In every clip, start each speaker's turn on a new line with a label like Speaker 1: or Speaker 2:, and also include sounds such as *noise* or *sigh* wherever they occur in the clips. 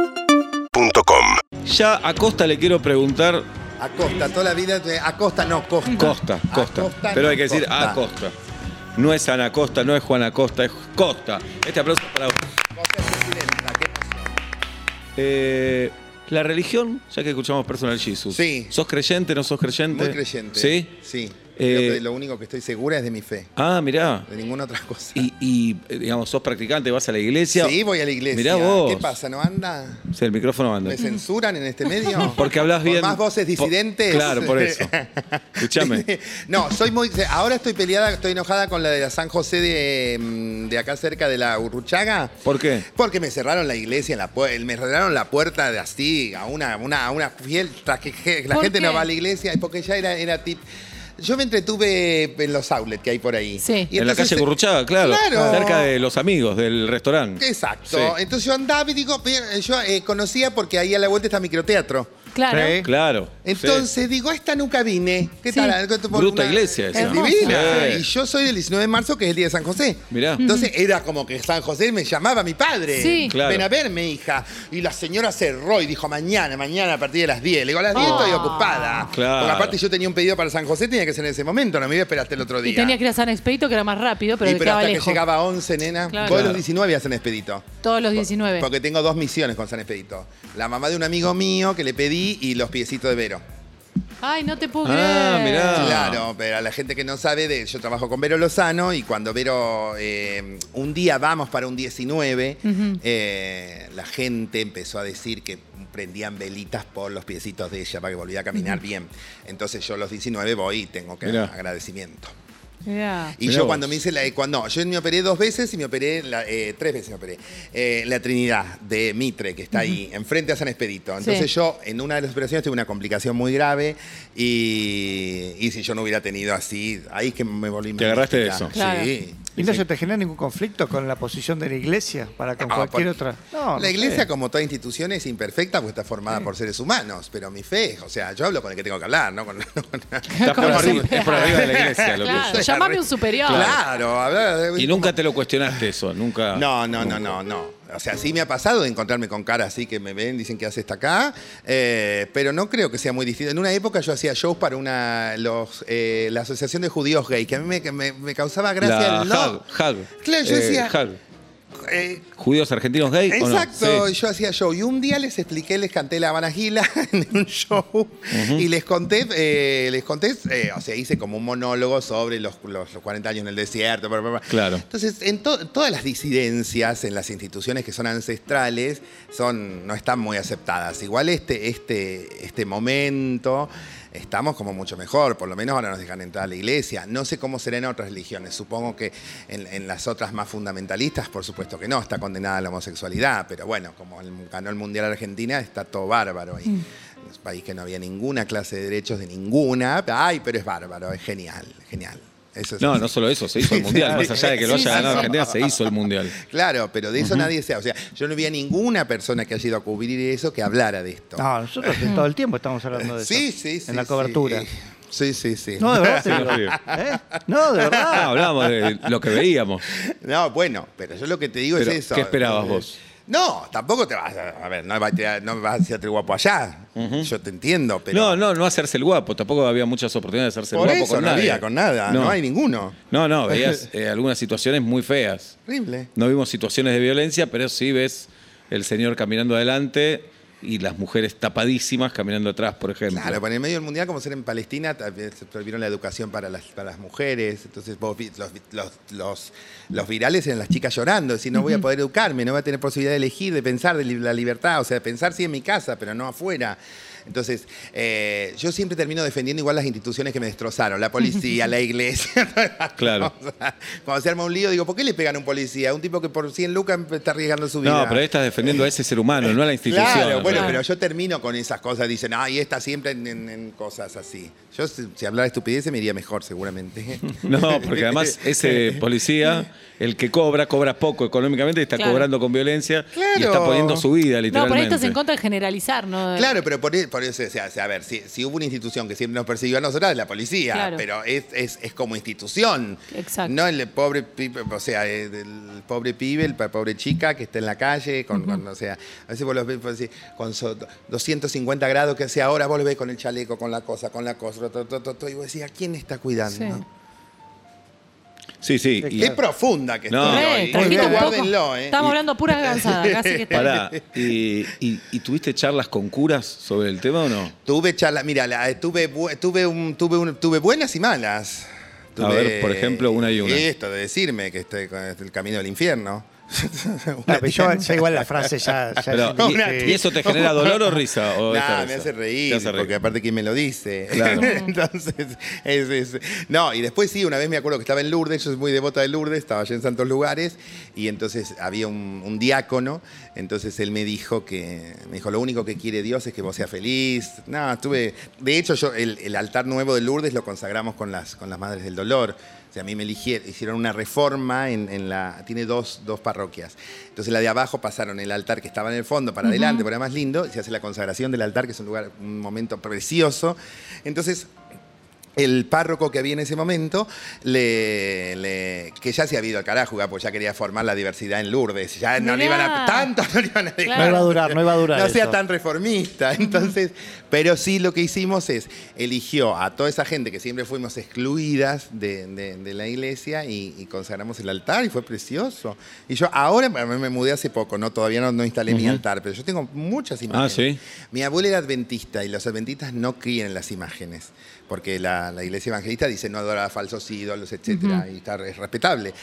Speaker 1: UrbanaPlayFM.com
Speaker 2: Ya a Costa le quiero preguntar.
Speaker 3: Acosta, toda la vida. te- Acosta, no, Costa.
Speaker 2: Costa, Costa.
Speaker 3: Acosta,
Speaker 2: Pero
Speaker 3: no,
Speaker 2: hay que decir ah,
Speaker 3: Costa.
Speaker 2: a Costa. No es Ana Costa, no es Juana Costa, es Costa. Este aplauso es para vos.
Speaker 3: Costa Presidenta, qué emoción.
Speaker 2: Eh, la religión, ya que escuchamos Personal Jesus.
Speaker 3: Sí.
Speaker 2: ¿Sos creyente, no sos creyente?
Speaker 3: Muy creyente.
Speaker 2: Eh, ¿Sí?
Speaker 3: Sí.
Speaker 2: Eh,
Speaker 3: Creo que lo único que estoy segura es de mi fe,
Speaker 2: Ah, mirá.
Speaker 3: de ninguna otra cosa.
Speaker 2: Y, y, eh, digamos, sos practicante, vas a la iglesia.
Speaker 3: sí, voy a la iglesia.
Speaker 2: Mirá vos.
Speaker 3: ¿Qué pasa? ¿No anda?
Speaker 2: Sí, el micrófono anda.
Speaker 3: ¿Me censuran en este medio?
Speaker 2: *laughs* Porque hablas bien.
Speaker 3: Por más voces
Speaker 2: Por-
Speaker 3: disidentes.
Speaker 2: claro,
Speaker 3: *laughs*
Speaker 2: por eso. Escuchame.
Speaker 3: no, soy muy. Ahora estoy peleada, estoy enojada con la de la San José de, mm, de acá cerca de la Urruchaga.
Speaker 2: ¿Por qué?
Speaker 3: Porque me cerraron la iglesia, en la pu- me cerraron la puerta de así, a una, una, a una fiel. tras que je- La
Speaker 4: ¿Por
Speaker 3: gente no
Speaker 4: qué?
Speaker 3: va a la iglesia, y porque ya era, era tip. Yo me entretuve en los outlets que hay por ahí.
Speaker 4: Sí.
Speaker 3: Y
Speaker 2: en la
Speaker 3: entonces-
Speaker 2: calle Curruchaga, claro,
Speaker 3: Claro.
Speaker 2: Cerca de los amigos del restaurante.
Speaker 3: Exacto.
Speaker 2: Sí.
Speaker 3: Entonces yo andaba y digo, pe- yo eh, conocía porque ahí a la vuelta está microteatro.
Speaker 4: Claro.
Speaker 3: Sí.
Speaker 2: Claro.
Speaker 3: Entonces digo, esta nunca vine. ¿Qué
Speaker 4: Sí.
Speaker 3: tal? Algo por
Speaker 2: Bruta iglesia esa.
Speaker 3: Es divina.
Speaker 2: Sí.
Speaker 3: Y yo soy del 19 de marzo, que es el día de San José.
Speaker 2: Mirá.
Speaker 3: Entonces era como que San José me llamaba mi padre.
Speaker 4: Sí.
Speaker 2: Claro.
Speaker 3: Ven a verme, hija. Y la señora cerró y dijo, mañana, mañana a partir de las 10. Le digo, a las 10
Speaker 4: Ah.
Speaker 3: estoy ocupada.
Speaker 2: Claro.
Speaker 3: Porque aparte yo tenía un pedido para San José, tenía que ser en ese momento, no me iba a esperar hasta el otro día.
Speaker 4: Y tenía que ir a San Expedito, que era más rápido, pero
Speaker 3: Y
Speaker 4: que
Speaker 3: pero
Speaker 4: quedaba
Speaker 3: hasta
Speaker 4: lejos.
Speaker 3: que llegaba a 11, nena.
Speaker 4: Claro.
Speaker 3: Vos a los
Speaker 2: Claro.
Speaker 3: 19 hacen expedito.
Speaker 4: Todos los 19.
Speaker 3: Porque tengo dos misiones con San Expedito. La mamá de un amigo mío que le pedí y los piecitos de Vero.
Speaker 4: Ay, no te puedo creer.
Speaker 2: Ah, mirá.
Speaker 3: Claro, pero a la gente que no sabe, de, yo trabajo con Vero Lozano y cuando Vero, eh, un día vamos para un 19, eh, la gente empezó a decir que prendían velitas por los piecitos de ella para que volviera a caminar bien. Entonces yo a los 19 voy y tengo que
Speaker 2: Mirá.
Speaker 3: agradecimiento.
Speaker 4: Mirá.
Speaker 3: Y
Speaker 2: Mirá
Speaker 3: yo
Speaker 2: vos.
Speaker 3: cuando me hice la... Cuando, no, yo me operé dos veces y me operé, la- eh, tres veces me operé, eh, la Trinidad de Mitre, que está ahí, enfrente a San Expedito. Entonces
Speaker 4: Sí.
Speaker 3: yo en una de las operaciones tuve una complicación muy grave y, y si yo no hubiera tenido así, ahí es que me volví...
Speaker 2: Te agarraste de
Speaker 3: maníaca.
Speaker 2: eso.
Speaker 4: Claro.
Speaker 3: Sí.
Speaker 5: ¿Y no se te genera ningún conflicto con la posición de la iglesia para con
Speaker 2: Ah,
Speaker 3: No,
Speaker 5: cualquier
Speaker 3: por-
Speaker 5: otra? No, no
Speaker 3: la iglesia,
Speaker 5: sé.
Speaker 3: como toda institución, es imperfecta porque está formada por seres humanos, pero mi fe, o sea, yo hablo con el que tengo que hablar, no con... *laughs* no con-
Speaker 2: Estás por
Speaker 4: Como
Speaker 2: arriba,
Speaker 4: siempre.
Speaker 2: es por arriba de la iglesia lo que
Speaker 4: Claro,
Speaker 2: es.
Speaker 4: llamame un superior.
Speaker 3: Claro, hablar...
Speaker 2: Y nunca te lo cuestionaste eso, nunca.
Speaker 3: No, no, no, no, no. O sea, sí me ha pasado de encontrarme con cara así que me ven, dicen que hace esta acá, eh, pero no creo que sea muy distinto. En una época yo hacía shows para una los, eh, la Asociación de Judíos Gay, que a mí me, me- me causaba gracia
Speaker 2: La
Speaker 3: el no.
Speaker 2: Hag, Hag.
Speaker 3: Claro, yo
Speaker 2: Eh,
Speaker 3: decía,
Speaker 2: Hag.
Speaker 3: eh,
Speaker 2: ¿Judíos argentinos gay? o no?
Speaker 3: Exacto,
Speaker 2: Sí.
Speaker 3: yo hacía show. Y un día les expliqué, les canté la Habana Gila *laughs* en un show y les conté, eh, les conté, eh, o sea, hice como un monólogo sobre los, los- los 40 años en el desierto. bla, bla, bla.
Speaker 2: Claro.
Speaker 3: Entonces, en to- todas las disidencias en las instituciones que son ancestrales son, no están muy aceptadas. Igual este, este, este momento. Estamos como mucho mejor, por lo menos ahora nos dejan entrar a la iglesia. No sé cómo será en otras religiones, supongo que en, en las otras más fundamentalistas, por supuesto que no, está condenada la homosexualidad, pero bueno, como el- ganó el Mundial Argentina, está todo bárbaro ahí. Es un país que no había ninguna clase de derechos de ninguna, ay, pero es bárbaro, es genial, genial. Eso es
Speaker 2: No,
Speaker 3: así.
Speaker 2: no solo eso, se hizo el mundial. Más allá de que lo
Speaker 4: Sí,
Speaker 2: haya
Speaker 4: sí,
Speaker 2: ganado
Speaker 4: sí.
Speaker 2: Argentina, se hizo el mundial.
Speaker 3: Claro, pero de eso nadie se... O sea, yo no vi a ninguna persona que haya ido a cubrir eso que hablara de esto.
Speaker 5: No, nosotros todo el tiempo estamos hablando Ah, de eso.
Speaker 3: sí, sí, sí.
Speaker 5: En la
Speaker 3: sí.
Speaker 5: cobertura.
Speaker 3: Sí, sí, sí.
Speaker 5: No, de verdad. te
Speaker 2: Sí,
Speaker 5: digo.
Speaker 2: lo digo.
Speaker 5: ¿Eh? No,
Speaker 2: *laughs*
Speaker 5: de
Speaker 2: Ah,
Speaker 5: verdad.
Speaker 2: hablábamos de lo que
Speaker 3: *laughs*
Speaker 2: veíamos.
Speaker 3: No, bueno, pero yo lo que te digo
Speaker 2: Pero,
Speaker 3: es eso. eh,
Speaker 2: ¿qué esperabas vos?
Speaker 3: No, tampoco te vas a. A ver, no, vas a tirar- no vas a hacerte guapo allá. Yo te entiendo, pero.
Speaker 2: no, no, no hacerse el guapo. Tampoco había muchas oportunidades de hacerse el
Speaker 3: Por
Speaker 2: guapo
Speaker 3: eso
Speaker 2: con
Speaker 3: no
Speaker 2: nadie.
Speaker 3: había con nada, no, hay ninguno.
Speaker 2: No, no, veías eh, algunas situaciones muy feas.
Speaker 3: Horrible.
Speaker 2: No vimos situaciones de violencia, pero sí ves el señor caminando adelante y las mujeres tapadísimas caminando atrás, por ejemplo.
Speaker 3: Claro, pero en el medio del mundial, como ser en Palestina, también se prohibieron la educación para las, para las mujeres. Entonces, vos vi- los, los, los- los virales eran las chicas llorando, decir, no voy a poder educarme, no voy a tener posibilidad de elegir, de pensar, de li- la libertad. O sea, pensar sí en mi casa, pero no afuera. Entonces, eh, yo siempre termino defendiendo igual las instituciones que me destrozaron, la
Speaker 2: *laughs*
Speaker 3: policía, la iglesia. todas esas
Speaker 2: Claro.
Speaker 3: cosas. Cuando se arma un lío, digo, ¿por qué le pegan a un policía? Un tipo que por 100 lucas está arriesgando su vida.
Speaker 2: No, pero ahí estás defendiendo a ese ser humano, no a la institución.
Speaker 3: Claro,
Speaker 2: en
Speaker 3: bueno,
Speaker 2: realidad.
Speaker 3: pero yo termino con esas cosas. Dicen, ay, esta siempre en, en- en cosas así. Yo, si, si hablara estupideces, me iría mejor,
Speaker 4: *laughs*
Speaker 3: seguramente.
Speaker 2: *laughs* No, porque además ese policía, el que cobra, cobra poco económicamente y está
Speaker 4: Claro.
Speaker 2: cobrando con violencia y
Speaker 3: Claro.
Speaker 2: está poniendo su vida,
Speaker 4: No, por ahí
Speaker 2: literalmente.
Speaker 4: estás en contra de generalizar, ¿no?
Speaker 3: Claro, pero por, e- por eso decía, o sea, a ver, si, si hubo una institución que siempre nos persiguió a nosotras, es la policía,
Speaker 4: Claro.
Speaker 3: pero es, es- es como institución.
Speaker 4: Exacto.
Speaker 3: No el pobre pibe, o sea, el, el pobre pibe, el pa- pobre chica que está en la calle, con, con, o sea, a veces vos los ves vos decís, con so- 250 grados que hace ahora, vos lo ves con el chaleco, con la cosa, con la cosa, to, to, to, to, y vos decís, ¿a quién está cuidando?
Speaker 4: Sí.
Speaker 2: Sí, sí.
Speaker 5: Sí,
Speaker 2: y-
Speaker 3: Qué profunda que
Speaker 2: No.
Speaker 3: estoy
Speaker 4: Re,
Speaker 3: hoy. ¿eh?
Speaker 2: Muy
Speaker 4: trajiste
Speaker 2: bien.
Speaker 4: un poco.
Speaker 3: Guárdenlo, ¿eh?
Speaker 4: Estamos
Speaker 3: Y-
Speaker 4: hablando puras gansadas,
Speaker 3: *laughs*
Speaker 4: casi que está.
Speaker 2: Pará, y, y- y tuviste charlas con curas sobre el tema o no?
Speaker 3: Tuve charlas, mira, la- tuve, bu- tuve, un, tuve, un- tuve buenas y malas.
Speaker 2: A ver, por ejemplo, una y una.
Speaker 3: Esto de decirme que estoy con el camino del infierno. *laughs*
Speaker 5: Ah, pero yo, ya igual la frase ya. ya
Speaker 2: Pero,
Speaker 5: es-
Speaker 2: y,
Speaker 3: una
Speaker 5: eh,
Speaker 2: y eso te genera dolor o risa? O
Speaker 3: Nah,
Speaker 2: esta
Speaker 3: me
Speaker 2: risa?
Speaker 3: hace
Speaker 2: Te
Speaker 3: reír,
Speaker 2: hace reír.
Speaker 3: porque aparte quién me lo dice. *laughs*
Speaker 2: Claro.
Speaker 3: Entonces, es, es- no, y después sí, una vez me acuerdo que estaba en Lourdes, yo soy muy devota de Lourdes, estaba allá en santos lugares, y entonces había un, un diácono, entonces él me dijo que, me dijo, lo único que quiere Dios es que vos seas feliz. No, estuve, de hecho yo, el, el altar nuevo de Lourdes lo consagramos con las, con las Madres del Dolor. O sea, a mí me eligieron, hicieron una reforma en, en la. Tiene dos, dos parroquias. Entonces, la de abajo pasaron el altar que estaba en el fondo para adelante, para más lindo, y se hace la consagración del altar, que es un lugar, un momento precioso. Entonces, el párroco que había en ese momento, le, le- que ya se había ido al carajo, pues ya quería formar la diversidad en Lourdes. Ya no le iban a.
Speaker 4: Mirá.
Speaker 3: Tanto *laughs* no le iban a dejar.
Speaker 5: No iba a durar, no iba a durar.
Speaker 3: No sea
Speaker 5: eso.
Speaker 3: tan reformista. *laughs* Entonces, pero sí lo que hicimos es eligió a toda esa gente que siempre fuimos excluidas de, de- de la iglesia y, y consagramos el altar y fue precioso. Y yo ahora me, me mudé hace poco, no todavía no, no instalé mi altar, pero yo tengo
Speaker 5: Ah,
Speaker 3: muchas
Speaker 2: sí.
Speaker 3: imágenes. Mi abuela era adventista y los adventistas no crían las imágenes, porque la, la iglesia evangelista dice no adorar a falsos ídolos, etcétera, y está, es respetable.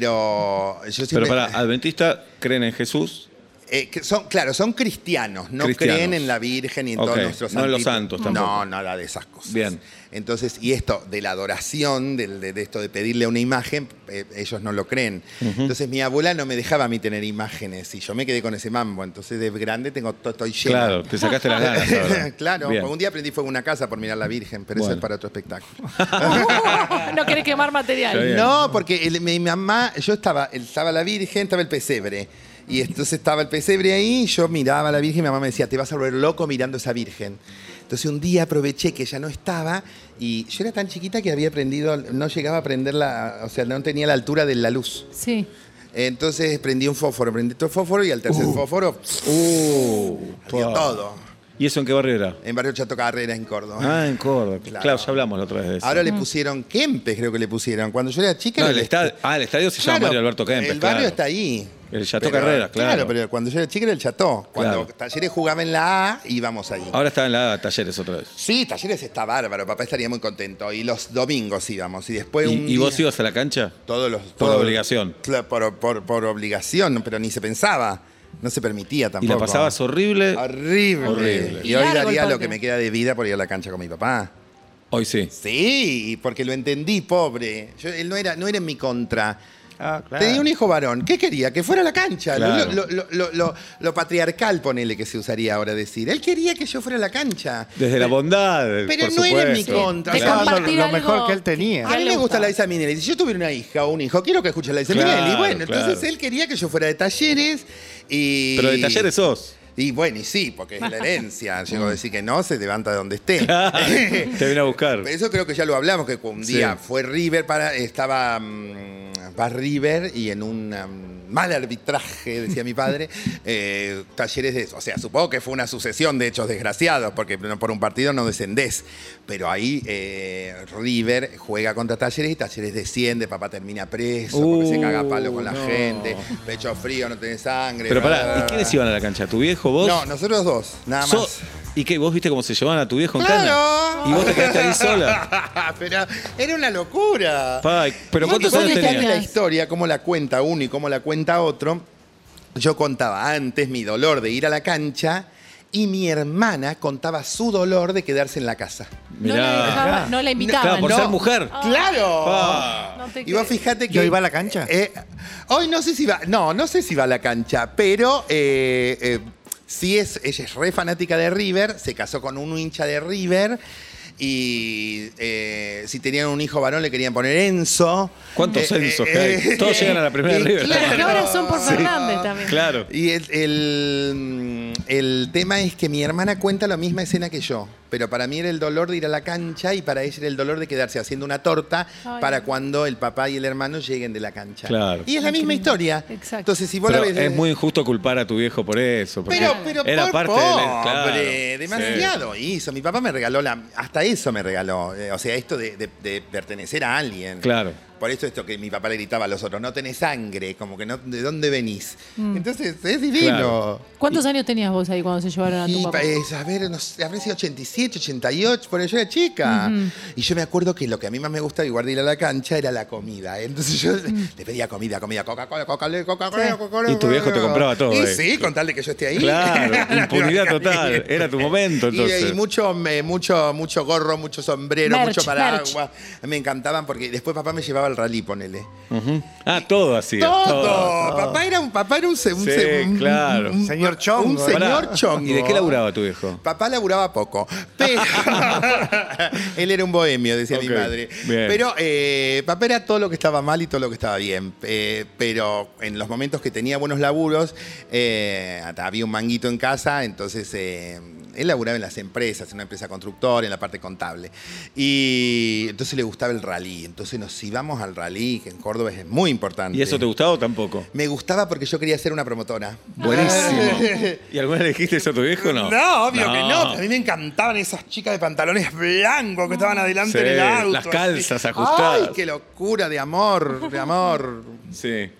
Speaker 3: Pero yo
Speaker 2: Pero
Speaker 3: siempre
Speaker 2: para adventista creen en Jesús,
Speaker 3: eh, que son, claro, son cristianos, no
Speaker 2: Cristianos.
Speaker 3: creen en la Virgen y en
Speaker 2: Ok,
Speaker 3: todos nuestros
Speaker 2: no en los
Speaker 3: antip-
Speaker 2: santos tampoco.
Speaker 3: No, nada de esas cosas.
Speaker 2: Bien.
Speaker 3: Entonces, y esto de la adoración, del- de, de esto de pedirle una imagen, eh, ellos no lo creen. Entonces, mi abuela no me dejaba a mí tener imágenes y yo me quedé con ese mambo. Entonces, de grande tengo, to- estoy lleno.
Speaker 2: claro, te sacaste las
Speaker 3: *laughs*
Speaker 2: ganas. ahora.
Speaker 3: claro,
Speaker 2: Bien.
Speaker 3: un día aprendí fuego en una casa por mirar a la Virgen, pero eso
Speaker 2: Bueno.
Speaker 3: es para otro espectáculo.
Speaker 4: *laughs* no querés quemar
Speaker 2: Está
Speaker 4: material.
Speaker 2: bien.
Speaker 3: No, porque el- mi mamá, yo estaba, estaba la Virgen, estaba el pesebre. Y entonces estaba el pesebre ahí, y yo miraba a la Virgen y mi mamá me decía, te vas a volver loco mirando esa Virgen. Entonces un día aproveché que ya no estaba y yo era tan chiquita que había aprendido, no llegaba a aprender la, o sea, no tenía la altura de la luz.
Speaker 4: Sí.
Speaker 3: Entonces prendí un fósforo, prendí todo el fósforo y al tercer
Speaker 2: Uh.
Speaker 3: fósforo, ardió
Speaker 2: pa.
Speaker 3: todo.
Speaker 2: ¿Y eso en qué barrio era?
Speaker 3: En barrio Chato Carreras, en Córdoba.
Speaker 2: Ah, en Córdoba.
Speaker 3: Claro.
Speaker 2: Claro, ya hablamos la otra vez de eso.
Speaker 3: Ahora le pusieron Kempes, creo que le pusieron. Cuando yo era chica...
Speaker 2: No,
Speaker 3: era
Speaker 2: el estadio, ah, el estadio se llama
Speaker 3: Claro,
Speaker 2: Mario Alberto Kempes.
Speaker 3: El barrio
Speaker 2: claro.
Speaker 3: está ahí.
Speaker 2: El Chateau
Speaker 3: Pero,
Speaker 2: Carreras, claro.
Speaker 3: pero cuando yo era chica era el Chateau. Cuando
Speaker 2: Claro.
Speaker 3: Talleres jugaba en la A, íbamos ahí.
Speaker 2: Ahora está en la A, Talleres otra vez.
Speaker 3: Sí, Talleres está bárbaro, papá estaría muy contento. Y los domingos íbamos. Y después un
Speaker 2: ¿Y, y vos
Speaker 3: día-
Speaker 2: ibas a la cancha?
Speaker 3: Todos los,
Speaker 2: Por
Speaker 3: todos-
Speaker 2: obligación.
Speaker 3: Claro, por, por- por obligación, pero ni se pensaba. No se permitía
Speaker 2: ¿Y
Speaker 3: tampoco.
Speaker 2: la pasabas horrible?
Speaker 3: horrible.
Speaker 2: Horrible.
Speaker 3: Y hoy
Speaker 4: Largo el
Speaker 3: daría lo
Speaker 4: parque.
Speaker 3: que me queda de vida por ir a la cancha con mi papá.
Speaker 2: Hoy sí.
Speaker 3: Sí, porque lo entendí, pobre. Yo- él no era, no era en mi contra.
Speaker 5: Ah, claro.
Speaker 3: Tenía un hijo varón. ¿Qué quería? Que fuera a la cancha. Lo-
Speaker 2: Claro.
Speaker 3: Lo, lo- lo- lo- lo patriarcal, ponele que se usaría ahora decir. Él quería que yo fuera a la cancha.
Speaker 2: Desde la bondad.
Speaker 3: Pero
Speaker 2: por
Speaker 3: no era en mi
Speaker 2: supuesto.
Speaker 3: contra.
Speaker 4: De
Speaker 5: Estaba dando
Speaker 4: compartir
Speaker 5: lo
Speaker 4: algo
Speaker 5: mejor que él tenía.
Speaker 4: que
Speaker 3: A mí me gusta la Isa Minelli. Si yo tuviera una hija o un hijo, quiero que escuche a la Isa
Speaker 2: Claro,
Speaker 3: Minelli. Bueno,
Speaker 2: claro.
Speaker 3: entonces él quería que yo fuera de talleres y.
Speaker 2: Pero de Talleres
Speaker 3: *laughs*
Speaker 2: sos.
Speaker 3: Y bueno, y sí, porque es la herencia. Llego a decir que no, se levanta de donde esté.
Speaker 2: Te vine a buscar.
Speaker 3: Pero Eso creo que ya lo hablamos, que un
Speaker 2: Sí.
Speaker 3: día fue River, para, estaba mm, va River y en un mm, mal arbitraje, decía
Speaker 2: *laughs*
Speaker 3: mi padre, eh, talleres de... O sea, supongo que fue una sucesión de hechos desgraciados, porque no- por un partido no descendés. Pero ahí eh, River juega contra talleres y talleres desciende, papá termina preso, porque se
Speaker 2: Uh,
Speaker 3: caga a palo con la
Speaker 2: no.
Speaker 3: gente, pecho frío, no tenés sangre.
Speaker 2: Pero
Speaker 3: bla,
Speaker 2: pará,
Speaker 3: bla,
Speaker 2: ¿y
Speaker 3: bla,
Speaker 2: quiénes
Speaker 3: bla.
Speaker 2: iban a la cancha? ¿Tu viejo, vos?
Speaker 3: No, nosotros dos, nada más. *laughs*
Speaker 2: So- ¿Y qué? ¿Vos viste cómo se llevaban a tu viejo en
Speaker 3: ¡Claro!
Speaker 2: cana? Y vos te quedaste ahí sola.
Speaker 3: pero era una locura.
Speaker 2: Pa, ¿Pero
Speaker 3: Igual
Speaker 2: cuántos
Speaker 3: que vos
Speaker 2: años
Speaker 3: que
Speaker 2: tenías?
Speaker 3: cambia la historia, cómo la cuenta uno y cómo la cuenta otro. Yo contaba antes mi dolor de ir a la cancha y mi hermana contaba su dolor de quedarse en la casa.
Speaker 4: No la, dejaba- no la invitaban.
Speaker 2: Claro, por
Speaker 4: ¿no?
Speaker 2: ser mujer.
Speaker 3: ¡Claro!
Speaker 2: Ah.
Speaker 4: No te
Speaker 3: y vos
Speaker 4: creo.
Speaker 3: fíjate que...
Speaker 5: ¿Yo iba a la cancha?
Speaker 3: Eh, hoy no sé si va... No, no sé si va a la cancha, pero... eh, eh, sí es, ella es re fanática de River, se casó con un hincha de River y eh, si tenían un hijo varón le querían poner Enzo. Eh,
Speaker 2: ¿Cuántos Enzos que hay? Todos llegan a la primera de
Speaker 3: *laughs* y
Speaker 2: River.
Speaker 4: Claro, que ahora son por
Speaker 3: Sí.
Speaker 4: Fernández también.
Speaker 2: Claro.
Speaker 3: Y el, el, mm, el tema es que mi hermana cuenta la misma escena que yo, pero para mí era el dolor de ir a la cancha y para ella era el dolor de quedarse haciendo una torta
Speaker 4: Ay.
Speaker 3: para cuando el papá y el hermano lleguen de la cancha.
Speaker 2: Claro.
Speaker 3: Y es la
Speaker 4: Ay, qué
Speaker 3: misma
Speaker 4: lindo.
Speaker 3: historia.
Speaker 4: Exacto.
Speaker 3: Entonces, si vos
Speaker 2: Pero
Speaker 3: la ves.
Speaker 2: es muy injusto culpar a tu viejo por eso. porque
Speaker 3: Pero, pero
Speaker 2: era
Speaker 3: por
Speaker 2: parte
Speaker 3: pobre,
Speaker 2: del- claro,
Speaker 3: demasiado hizo. Mi papá me regaló la, hasta eso me regaló. Eh, O sea, esto de, de- de pertenecer a alguien.
Speaker 2: sí, claro.
Speaker 3: Por eso esto que mi papá le gritaba a los otros, no tenés sangre, como que no, ¿de dónde venís?
Speaker 4: Mm.
Speaker 3: Entonces, es divino.
Speaker 4: ¿Cuántos años tenías vos ahí cuando se llevaron a tu
Speaker 3: Y,
Speaker 4: papá?
Speaker 3: pues, a ver, no sé, habré sido 87, 88, por yo era chica. Y yo me acuerdo que lo que a mí más me gustaba igual de ir a la cancha era la comida. Entonces yo le pedía comida, comida, Coca-Cola, Coca-Cola, Coca-Cola,
Speaker 4: Sí.
Speaker 3: Coca-Cola.
Speaker 2: Y tu viejo te
Speaker 3: Coca-Cola.
Speaker 2: compraba todo,
Speaker 3: Y
Speaker 2: eh.
Speaker 3: sí, con tal de que yo esté ahí. *laughs*
Speaker 2: Claro, impunidad total. Era tu momento,
Speaker 3: Y,
Speaker 2: entonces.
Speaker 3: y mucho, me- mucho, mucho gorro, mucho sombrero,
Speaker 4: Merch,
Speaker 3: mucho paraguas. Me encantaban porque después papá me llevaba al rally, ponele.
Speaker 2: Ujú. Ah, todo así.
Speaker 3: Todo. Papá era un papá era un, se- un
Speaker 2: Sí,
Speaker 3: se- un-
Speaker 2: claro.
Speaker 3: un-
Speaker 5: Señor chongo.
Speaker 3: Un señor chongo.
Speaker 2: ¿Y de qué laburaba tu viejo?
Speaker 3: Papá laburaba poco, pero *laughs* él era un bohemio, decía
Speaker 2: Ok,
Speaker 3: mi madre.
Speaker 2: bien.
Speaker 3: Pero eh, papá era todo lo que estaba mal y todo lo que estaba bien. Eh, pero en los momentos que tenía buenos laburos, eh, hasta había un manguito en casa, entonces eh, él laburaba en las empresas, en una empresa constructora, en la parte contable. Y entonces le gustaba el rally. Entonces nos íbamos al rally, que en Córdoba es muy importante.
Speaker 2: ¿Y eso te gustaba o tampoco?
Speaker 3: Me gustaba porque yo quería ser una promotora.
Speaker 2: Buenísimo. *laughs* ¿Y alguna vez le dijiste eso a tu viejo o no?
Speaker 1: No, obvio que no. pero A mí me encantaban esas chicas de pantalones blancos que estaban adelante
Speaker 2: Sí,
Speaker 1: en el auto.
Speaker 2: las
Speaker 1: así.
Speaker 2: calzas
Speaker 3: Ah. Ay,
Speaker 2: ajustadas.
Speaker 3: qué locura de amor, de amor.
Speaker 2: Sí.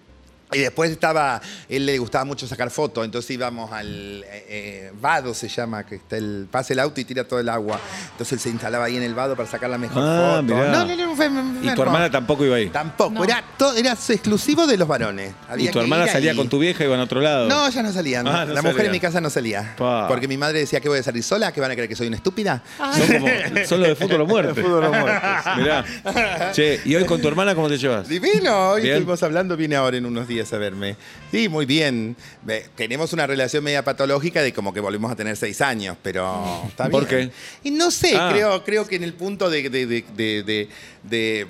Speaker 3: Y después estaba, él le gustaba mucho sacar fotos, entonces íbamos al eh, eh, vado, se llama, que está el, pasa el auto y tira todo el agua. Entonces él se instalaba ahí en el vado para sacar la mejor
Speaker 2: Ah,
Speaker 3: foto.
Speaker 2: mirá.
Speaker 3: No, no, no, fue- fue
Speaker 2: ¿Y tu
Speaker 3: hermoso.
Speaker 2: hermana tampoco iba ahí?
Speaker 3: Tampoco,
Speaker 4: No.
Speaker 3: era, to- era exclusivo de los varones. Había
Speaker 2: ¿Y tu
Speaker 3: que
Speaker 2: hermana
Speaker 3: ir
Speaker 2: salía
Speaker 3: ahí.
Speaker 2: con tu vieja y iban a otro lado?
Speaker 3: No, ya no salían.
Speaker 2: Ah, no
Speaker 3: la mujer
Speaker 2: salían.
Speaker 3: en mi casa no salía.
Speaker 2: Pa.
Speaker 3: Porque mi madre decía que voy a salir sola, que van a creer que soy una estúpida.
Speaker 2: Son como, son
Speaker 3: *laughs*
Speaker 2: los de fútbol o muerte.
Speaker 5: Fútbol
Speaker 2: *laughs*
Speaker 5: o muerte,
Speaker 2: Mirá. Che, ¿y hoy con tu hermana cómo te llevas?
Speaker 3: Divino, hoy
Speaker 2: Bien.
Speaker 3: estuvimos hablando, viene ahora en unos días a verme. Sí, muy bien. Ve, Tenemos una relación media patológica de como que volvemos a tener seis años, pero está bien.
Speaker 2: ¿Por
Speaker 3: Y no sé,
Speaker 2: Ah.
Speaker 3: creo, creo que en el punto de, de- de- de- de- de-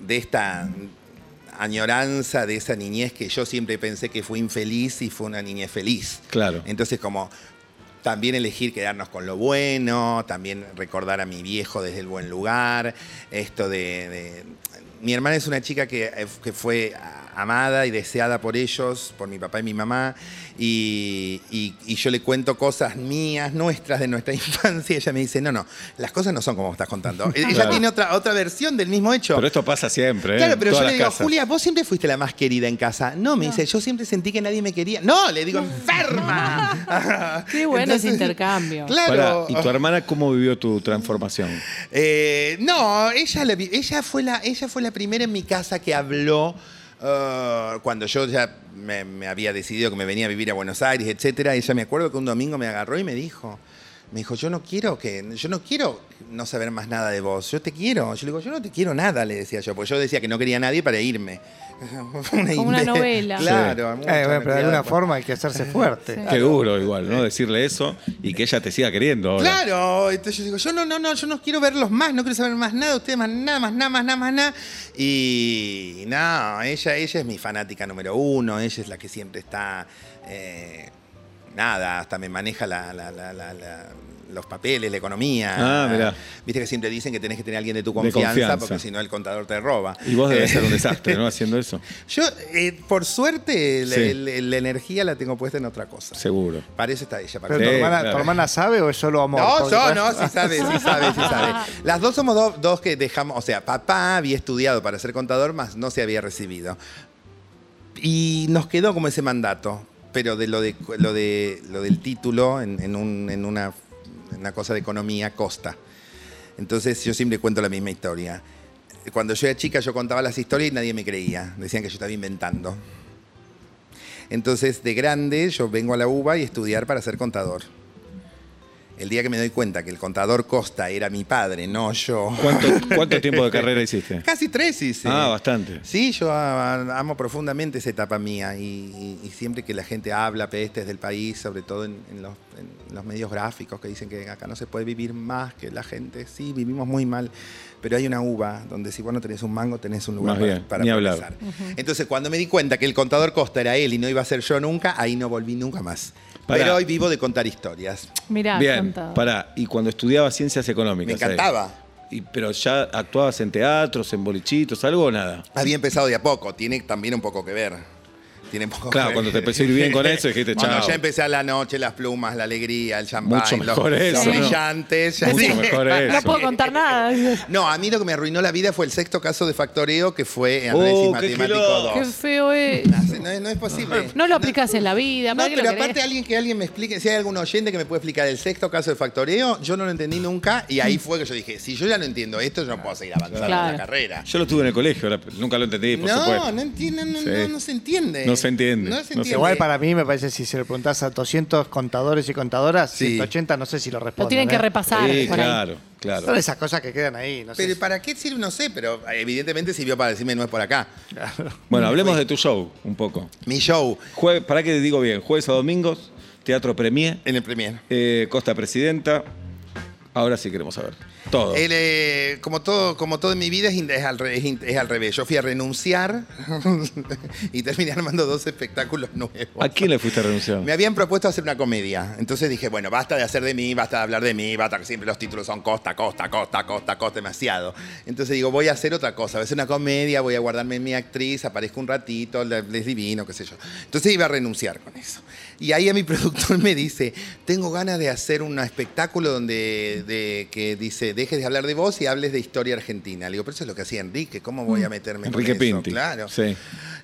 Speaker 3: de esta añoranza de esa niñez que yo siempre pensé que fue infeliz y fue una niñez feliz.
Speaker 2: Claro.
Speaker 3: Entonces, como también elegir quedarnos con lo bueno, también recordar a mi viejo desde el buen lugar, esto de... de- mi hermana es una chica que, eh, que fue a- amada y deseada por ellos, por mi papá y mi mamá, y, y- y yo le cuento cosas mías, nuestras, de nuestra *laughs* infancia, y ella me dice, no, no, las cosas no son como estás
Speaker 2: *laughs*
Speaker 3: contando. Ella
Speaker 2: Claro.
Speaker 3: tiene otra, otra versión del mismo hecho.
Speaker 2: Pero esto pasa siempre, ¿eh?
Speaker 3: Claro, pero
Speaker 2: En
Speaker 3: yo
Speaker 2: todas las
Speaker 3: le digo,
Speaker 2: casas.
Speaker 3: Julia, vos siempre fuiste la más querida en casa. No, me dice, yo siempre sentí que nadie me quería. No, le digo, enferma.
Speaker 4: *laughs* Qué bueno ese
Speaker 3: Entonces,
Speaker 4: intercambio.
Speaker 3: Claro.
Speaker 2: Pará, ¿y tu hermana cómo vivió tu transformación?
Speaker 3: Eh, no, ella, la vi- ella, fue la, ella fue la primera en mi casa que habló eh, cuando yo ya me, me había decidido que me venía a vivir a Buenos Aires, etcétera. Ella me acuerdo que un domingo me agarró y me dijo. Me dijo, yo no quiero que, yo no quiero no saber más nada de vos. Yo te quiero. Yo le digo, yo no te quiero nada, le decía yo, porque yo decía que no quería a nadie para irme. *laughs*
Speaker 4: Como una
Speaker 3: inde- *laughs*
Speaker 4: novela.
Speaker 3: Claro,
Speaker 5: Eh,
Speaker 3: mucho
Speaker 5: bueno,
Speaker 3: me
Speaker 5: pero de
Speaker 3: criaron
Speaker 5: alguna
Speaker 3: por-
Speaker 5: forma hay que hacerse fuerte.
Speaker 2: Qué duro igual, ¿no? Decirle eso y que ella te siga queriendo ahora.
Speaker 3: Claro, entonces yo digo, yo no, no, no, yo no quiero verlos más, no quiero saber más nada, de ustedes más nada, más nada, más nada, más nada. Y no, ella, ella es mi fanática número uno, ella es la que siempre está, eh, nada, hasta me maneja la- la- la- la- la- los papeles, la economía.
Speaker 2: Ah, mirá.
Speaker 3: Viste que siempre dicen que tenés que tener a alguien de tu
Speaker 2: De
Speaker 3: confianza,
Speaker 2: confianza.
Speaker 3: porque si no el contador te roba.
Speaker 2: Y vos debes
Speaker 3: Eh, *laughs*
Speaker 2: ser un desastre, ¿no? Haciendo eso.
Speaker 3: Yo, eh, por suerte, la,
Speaker 2: Sí.
Speaker 3: la- la energía la tengo puesta en otra cosa.
Speaker 2: Seguro.
Speaker 3: Para eso está ella. Para
Speaker 5: Pero
Speaker 2: Sí,
Speaker 5: tu, hermana,
Speaker 2: claro.
Speaker 5: ¿tu hermana sabe o es solo amor?
Speaker 3: no,
Speaker 5: Porque-
Speaker 3: yo no, sí sabe, sí sabe, sí sabe. Las dos somos do- dos que dejamos, o sea, papá había estudiado para ser contador, más no se había recibido. Y nos quedó como ese mandato, pero de lo, de, lo, de, lo del título en, en un- en una, en una cosa de economía costa. Entonces yo siempre cuento la misma historia. Cuando yo era chica yo contaba las historias y nadie me creía, decían que yo estaba inventando. Entonces de grande yo vengo a la UBA y estudiar para ser contador. el día que me doy cuenta que el contador Costa era mi padre, no yo.
Speaker 2: ¿Cuánto, cuánto tiempo
Speaker 3: *laughs*
Speaker 2: de carrera hiciste?
Speaker 3: Casi tres hice.
Speaker 2: Ah, bastante.
Speaker 3: Sí, yo a- amo profundamente esa etapa mía y, y- y siempre que la gente habla pestes del país, sobre todo en, en los, en los medios gráficos que dicen que acá no se puede vivir más que la gente, sí, vivimos muy mal, pero hay una uva donde si vos no tenés un mango tenés un lugar
Speaker 2: Más
Speaker 3: para-
Speaker 2: bien,
Speaker 3: para,
Speaker 2: ni hablar.
Speaker 3: progresar. Entonces cuando me di cuenta que el contador Costa era él y no iba a ser yo nunca, ahí no volví nunca más.
Speaker 2: Pará.
Speaker 3: Pero hoy vivo de contar historias.
Speaker 4: Mirá,
Speaker 2: Bien,
Speaker 4: contado.
Speaker 2: pará. Y cuando estudiaba ciencias
Speaker 3: Me
Speaker 2: económicas. ahí.
Speaker 3: encantaba.
Speaker 2: Y, pero ya actuabas en teatros, en bolichitos, algo o nada.
Speaker 3: Había empezado de a poco, tiene también un poco que ver. Tiene un
Speaker 2: Claro,
Speaker 3: poco que ver.
Speaker 2: cuando te empezó a ir bien con eso, dijiste,
Speaker 3: Cuando
Speaker 2: chao.
Speaker 3: ya empecé a la noche, las plumas, la alegría, el champán,
Speaker 2: Mucho
Speaker 3: los,
Speaker 2: mejor
Speaker 3: los
Speaker 2: eso,
Speaker 4: ¿no?
Speaker 3: brillantes. ya
Speaker 2: Mucho
Speaker 3: sí.
Speaker 2: mejor eso.
Speaker 4: No puedo contar nada.
Speaker 2: *laughs*
Speaker 3: No, a mí lo que me arruinó la vida fue el sexto caso de factoreo, que fue Andrés
Speaker 2: Oh,
Speaker 3: y
Speaker 2: qué
Speaker 3: Matemático
Speaker 2: quilombo.
Speaker 3: 2.
Speaker 4: Qué feo es.
Speaker 3: No, es- no es posible.
Speaker 4: No lo aplicás en la vida.
Speaker 3: No,
Speaker 4: ¿para qué lo
Speaker 3: pero
Speaker 4: querés?
Speaker 3: aparte alguien que alguien me explique, si hay algún oyente que me puede explicar el sexto caso de factoreo, yo no lo entendí nunca y ahí fue que yo dije, si yo ya no entiendo esto, yo no puedo seguir avanzando en
Speaker 4: Mm. Claro.
Speaker 3: la carrera.
Speaker 2: Yo lo tuve en el colegio, la- nunca lo entendí, por
Speaker 3: No,
Speaker 2: supuesto.
Speaker 3: no, entiendo, no,
Speaker 2: Sí.
Speaker 3: no, no se entiende.
Speaker 2: No se entiende.
Speaker 3: No se
Speaker 2: No se-
Speaker 3: entiende.
Speaker 5: Igual para mí me parece si se lo preguntás a 200 contadores y contadoras,
Speaker 3: Sí.
Speaker 5: 180 no sé si lo responden.
Speaker 4: Lo tienen que
Speaker 5: ¿eh?
Speaker 4: repasar.
Speaker 2: Sí,
Speaker 4: por ahí.
Speaker 2: claro, claro.
Speaker 5: Son esas cosas que quedan ahí. No sé
Speaker 3: Pero
Speaker 5: si-
Speaker 3: ¿para qué sirve? No sé, pero eh, evidentemente sirvió para decirme no es por acá.
Speaker 2: Bueno, hablemos de tu show un poco.
Speaker 3: Mi show
Speaker 2: Jue- ¿Para qué digo bien? Jueves a domingos, Teatro Premier,
Speaker 3: en el Premier.
Speaker 2: eh, Costa Presidenta. Ahora sí queremos saber. Todo.
Speaker 3: El, eh, como, todo, como todo en mi vida es, in- es al re- es in- es al revés. Yo fui a renunciar *laughs* y terminé armando dos espectáculos nuevos.
Speaker 2: ¿A quién le fuiste a renunciar?
Speaker 3: Me habían propuesto hacer una comedia. Entonces dije, bueno, basta de hacer de mí, basta de hablar de mí, basta que siempre los títulos son costa, costa, costa, costa, costa, demasiado. Entonces digo, voy a hacer otra cosa, voy a hacer una comedia, voy a guardarme mi actriz, aparezco un ratito, le- les divino, qué sé yo. Entonces iba a renunciar con eso. Y ahí a mi *laughs* productor me dice, tengo ganas de hacer un espectáculo donde de- que dice, dejes de hablar de vos y hables de historia argentina. Le digo, pero eso es lo que hacía Enrique, ¿cómo voy a meterme con
Speaker 2: Mm. Enrique
Speaker 3: eso?
Speaker 2: Pinti.
Speaker 3: Claro.
Speaker 2: Sí.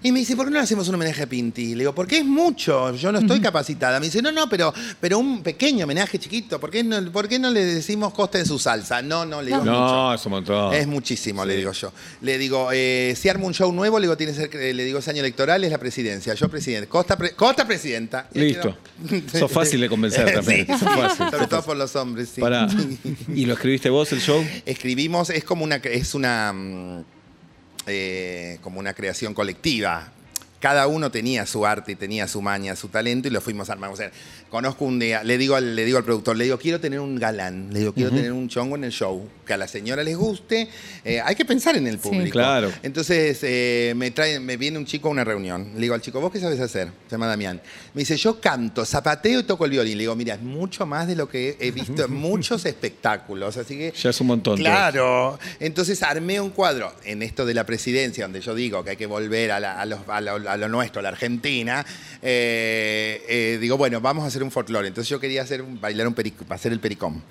Speaker 3: Y me dice, ¿por qué no le hacemos un homenaje a Pinti? Le digo, porque es mucho, yo no estoy capacitada. Me dice, no, no, pero, pero un pequeño homenaje chiquito, ¿por qué no, por qué no le decimos costa en su salsa? No, no, le digo, es mucho.
Speaker 2: No, es un montón.
Speaker 3: Es muchísimo, le digo yo. Le digo, eh, si armo un show nuevo, le digo, tiene que ser- eh, le digo, ese año electoral es la presidencia. Yo presidente. Costa, pre- Costa presidenta. Y *laughs*
Speaker 2: Listo.
Speaker 3: quedo-
Speaker 2: Sos fácil de convencer también.
Speaker 3: Sí.
Speaker 2: Sos fácil,
Speaker 3: Sobre
Speaker 2: sos
Speaker 3: todo
Speaker 2: fácil.
Speaker 3: por los hombres, sí.
Speaker 2: Pará. ¿Y lo escribiste vos el show?
Speaker 3: escribimos, es como una, es una, mm, eh, como una creación colectiva. Cada uno tenía su arte, y tenía su maña, su talento y lo fuimos armando. O sea, conozco un día, le digo, al, le digo al productor, le digo, quiero tener un galán, le digo, quiero tener un chongo en el show, que a la señora les guste. Eh, hay que pensar en el público.
Speaker 2: Claro.
Speaker 3: Entonces eh, me, trae, me viene un chico a una reunión. Le digo al chico, ¿vos qué sabes hacer? Se llama Damián. Me dice, yo canto, zapateo y toco el violín. Le digo, mira, es mucho más de lo que he visto en muchos espectáculos. Así que
Speaker 2: Ya es un montón.
Speaker 3: Claro. Entonces armé un cuadro en esto de la presidencia, donde yo digo que hay que volver a, la- a los- a lo, a lo nuestro, a la Argentina. Eh, eh, digo, bueno, vamos a hacer un folclore. Entonces yo quería hacer un- bailar un perico, hacer el pericón.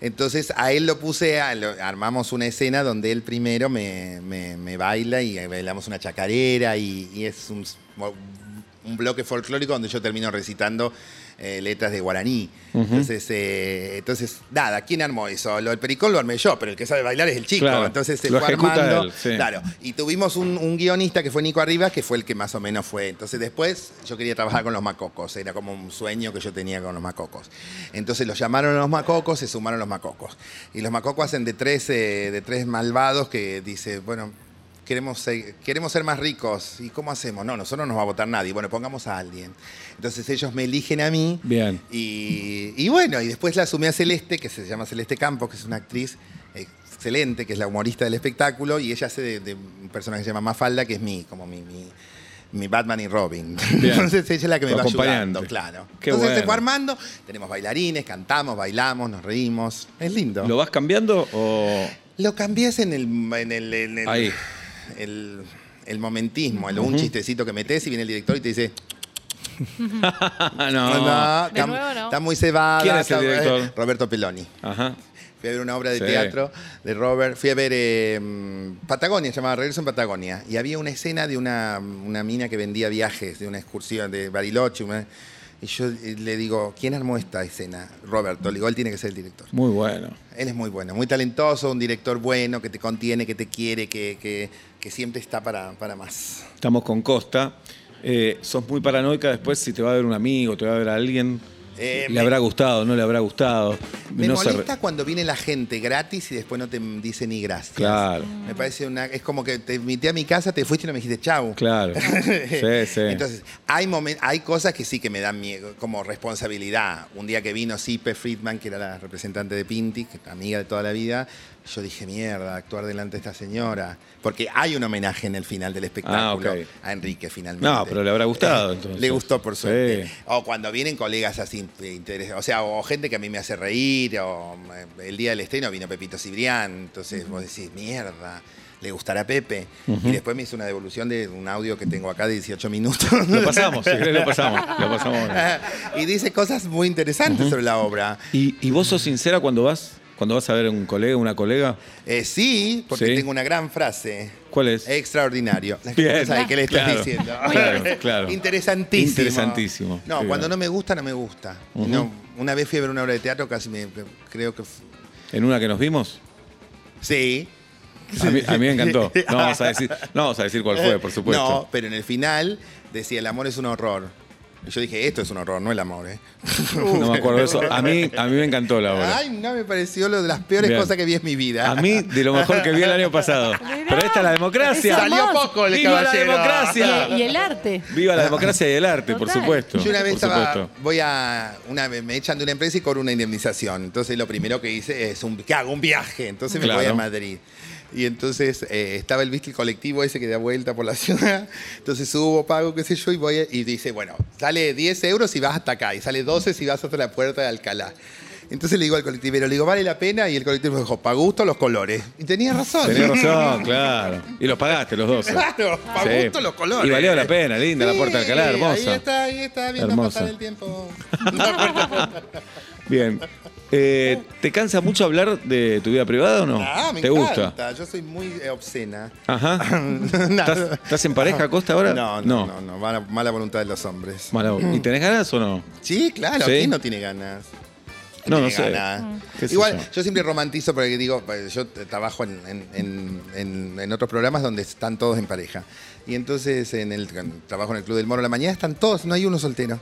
Speaker 3: Entonces a él lo puse, a- lo- armamos una escena donde él primero me, me- me baila y bailamos una chacarera y, y es un, un bloque folclórico donde yo termino recitando eh, letras de guaraní. entonces, eh, entonces, nada, ¿quién armó eso? Lo del pericón lo armé yo, pero el que sabe bailar es el chico.
Speaker 2: Claro,
Speaker 3: entonces se
Speaker 2: lo
Speaker 3: fue
Speaker 2: ejecuta
Speaker 3: armando.
Speaker 2: él, sí.
Speaker 3: Claro, y tuvimos un, un guionista que fue Nico Arribas, que fue el que más o menos fue. Entonces después yo quería trabajar con los macocos, era como un sueño que yo tenía con los macocos. Entonces los llamaron a los macocos, se sumaron los macocos. Y los macocos hacen de tres, eh, de tres malvados que dice, bueno, queremos ser, queremos ser más ricos. ¿Y cómo hacemos? No, nosotros no nos va a votar nadie. Bueno, pongamos a alguien. Entonces ellos me eligen a mí.
Speaker 2: Bien.
Speaker 3: Y, y bueno, y después la asumí a Celeste, que se llama Celeste Campos, que es una actriz excelente, que es la humorista del espectáculo, y ella hace de, de un personaje que se llama Mafalda, que es mi, como mi, mi, mi Batman y Robin. *laughs*
Speaker 2: Bien.
Speaker 3: Entonces ella es la que me
Speaker 2: Tu
Speaker 3: va
Speaker 2: acompañante.
Speaker 3: ayudando, claro.
Speaker 2: Qué
Speaker 3: Entonces se
Speaker 2: bueno.
Speaker 3: fue armando, tenemos bailarines, cantamos, bailamos, nos reímos. Es lindo.
Speaker 2: ¿Lo
Speaker 3: Lo,
Speaker 2: vas cambiando o.?
Speaker 3: cambias en el... En el, en el-
Speaker 2: Ahí.
Speaker 3: el- el momentismo, el, un chistecito que metes y viene el director y te dice,
Speaker 2: Ah,
Speaker 3: no,
Speaker 2: no.
Speaker 3: está,
Speaker 4: De nuevo no.
Speaker 3: está muy cebada.
Speaker 2: ¿Quién es el
Speaker 3: está-
Speaker 2: director?
Speaker 3: Roberto Peloni.
Speaker 2: Ajá.
Speaker 3: Fui a ver una obra de
Speaker 2: Sí.
Speaker 3: teatro de Robert. Fui a ver eh, mm, Patagonia, se llamaba Regreso en Patagonia. Y había una escena de una, una mina que vendía viajes, de una excursión de Bariloche. una- y yo eh, le digo, ¿quién armó esta escena? Roberto. Le digo, él tiene que ser el director.
Speaker 2: Muy bueno.
Speaker 3: Él es muy bueno, muy talentoso, un director bueno, que te contiene, que te quiere, que, que- que siempre está para, para más.
Speaker 2: Estamos con Costa. Eh, sos muy paranoica después si te va a ver un amigo, te va a ver a alguien.
Speaker 3: Eh,
Speaker 2: le
Speaker 3: me-
Speaker 2: habrá gustado, no le habrá gustado.
Speaker 3: Me
Speaker 2: no se re-
Speaker 3: molesta cuando viene la gente gratis y después no te dice ni gracias.
Speaker 2: Claro.
Speaker 3: Me parece una. Es como que te invité a mi casa, te fuiste y no me dijiste chau. *laughs*
Speaker 2: Claro. Sí, sí.
Speaker 3: Entonces, hay, momen- hay cosas que sí que me dan miedo, como responsabilidad. Un día que vino Sipe Friedman, que era la representante de Pinti, que es amiga de toda la vida, yo dije, mierda, actuar delante de esta señora. Porque hay un homenaje en el final del espectáculo
Speaker 2: Ah, ok.
Speaker 3: a Enrique, finalmente.
Speaker 2: No, pero le habrá gustado, entonces.
Speaker 3: *laughs* Le gustó, por suerte.
Speaker 2: Sí.
Speaker 3: O cuando vienen colegas así de interés, o sea, o gente que a mí me hace reír, o eh, el día del estreno vino Pepito Cibrián, entonces vos decís, mierda, le gustará a Pepe. Y después me hizo una devolución de un audio que tengo acá de 18 minutos.
Speaker 2: *laughs* Lo pasamos, si querés lo pasamos. Lo pasamos.
Speaker 3: *laughs* y dice cosas muy interesantes sobre la obra.
Speaker 2: ¿Y, y vos sos sincera cuando vas? Cuando vas a ver a un colega, una colega,
Speaker 3: Eh, sí, porque
Speaker 2: Sí.
Speaker 3: tengo una gran frase.
Speaker 2: ¿cuál es?
Speaker 3: Eh. Extraordinario.
Speaker 2: *laughs*
Speaker 3: La
Speaker 2: Bien.
Speaker 3: gente no sabe qué le estás
Speaker 2: Claro,
Speaker 3: diciendo.
Speaker 2: claro, claro.
Speaker 3: Interesantísimo.
Speaker 2: Interesantísimo.
Speaker 3: No,
Speaker 2: Sí,
Speaker 3: cuando
Speaker 2: claro.
Speaker 3: no me gusta, no me gusta.
Speaker 2: Ujú.
Speaker 3: No, una vez fui a ver una obra de teatro, casi me creo que fu-
Speaker 2: ¿En una que nos vimos?
Speaker 3: sí.
Speaker 2: A mí, a mí me
Speaker 3: *laughs*
Speaker 2: encantó. No vamos, a decir, no vamos a decir cuál fue, por supuesto.
Speaker 3: No, pero en el final decía el amor es un horror. Y yo dije, esto es un horror, no el amor, ¿eh? *laughs*
Speaker 2: No me acuerdo de eso. A mí, a mí me encantó la obra.
Speaker 3: Ay, no, me pareció lo de las peores
Speaker 2: Bien.
Speaker 3: cosas que vi en mi vida.
Speaker 2: A mí, de lo mejor que vi el año
Speaker 4: *laughs*
Speaker 2: pasado. Pero esta es la democracia.
Speaker 4: Es hermoso.
Speaker 1: Salió poco el
Speaker 2: ¡Viva la
Speaker 1: caballero.
Speaker 4: Y,
Speaker 2: democracia!
Speaker 4: y el arte.
Speaker 2: Viva la democracia y el arte, por
Speaker 4: Total.
Speaker 2: supuesto.
Speaker 3: Yo una vez
Speaker 2: por
Speaker 3: estaba,
Speaker 2: supuesto.
Speaker 3: voy a, una vez me echan de una empresa y cobro una indemnización. Entonces lo primero que hice es un, que hago un viaje. Entonces me
Speaker 2: Claro.
Speaker 3: voy a Madrid. Y entonces eh, estaba el viste el colectivo ese que da vuelta por la *laughs* ciudad. Entonces subo, pago, qué sé yo, y voy a- y dice, bueno, sale 10 euros si vas hasta acá, y sale 12 si vas hasta la puerta de Alcalá. Entonces le digo al colectivero, le digo, vale la pena, y el colectivero me dijo, pa' gusto los colores.
Speaker 2: *laughs*
Speaker 3: Y tenía razón.
Speaker 2: Tenés razón, claro. Y los pagaste los dos.
Speaker 3: *laughs* Claro, *laughs* pa' gusto los colores.
Speaker 2: Y valió la pena, linda, la puerta de
Speaker 3: Sí,
Speaker 2: Alcalá,
Speaker 3: Ahí
Speaker 2: hermosa.
Speaker 3: está, ahí está, viendo
Speaker 2: Hermosa.
Speaker 3: pasar el tiempo.
Speaker 2: Bien. Eh, ¿Te cansa mucho hablar de tu vida privada o no?
Speaker 3: Ah, me
Speaker 2: ¿Te
Speaker 3: encanta.
Speaker 2: gusta?
Speaker 3: Yo soy muy eh, obscena. *laughs*
Speaker 2: Ajá. ¿Estás,
Speaker 3: ¿Estás,
Speaker 2: estás en pareja, Costa, ahora?
Speaker 3: No, no, no. no, Mala, mala voluntad de los hombres.
Speaker 2: Mala onda. ¿Y tenés ganas o no?
Speaker 3: Sí, claro.
Speaker 2: Sí.
Speaker 3: ¿Quién no tiene ganas? ¿Quién
Speaker 2: No, no
Speaker 3: tiene
Speaker 2: sé. Mm.
Speaker 3: ganas?
Speaker 2: ¿Qué sé
Speaker 3: Igual,
Speaker 2: yo?
Speaker 3: yo? siempre romantizo porque digo, pues, yo t- trabajo en, en- en- en- en otros programas donde están todos en pareja. Y entonces, en el en- trabajo en el Club del Moro a la mañana, están todos, no hay uno soltero.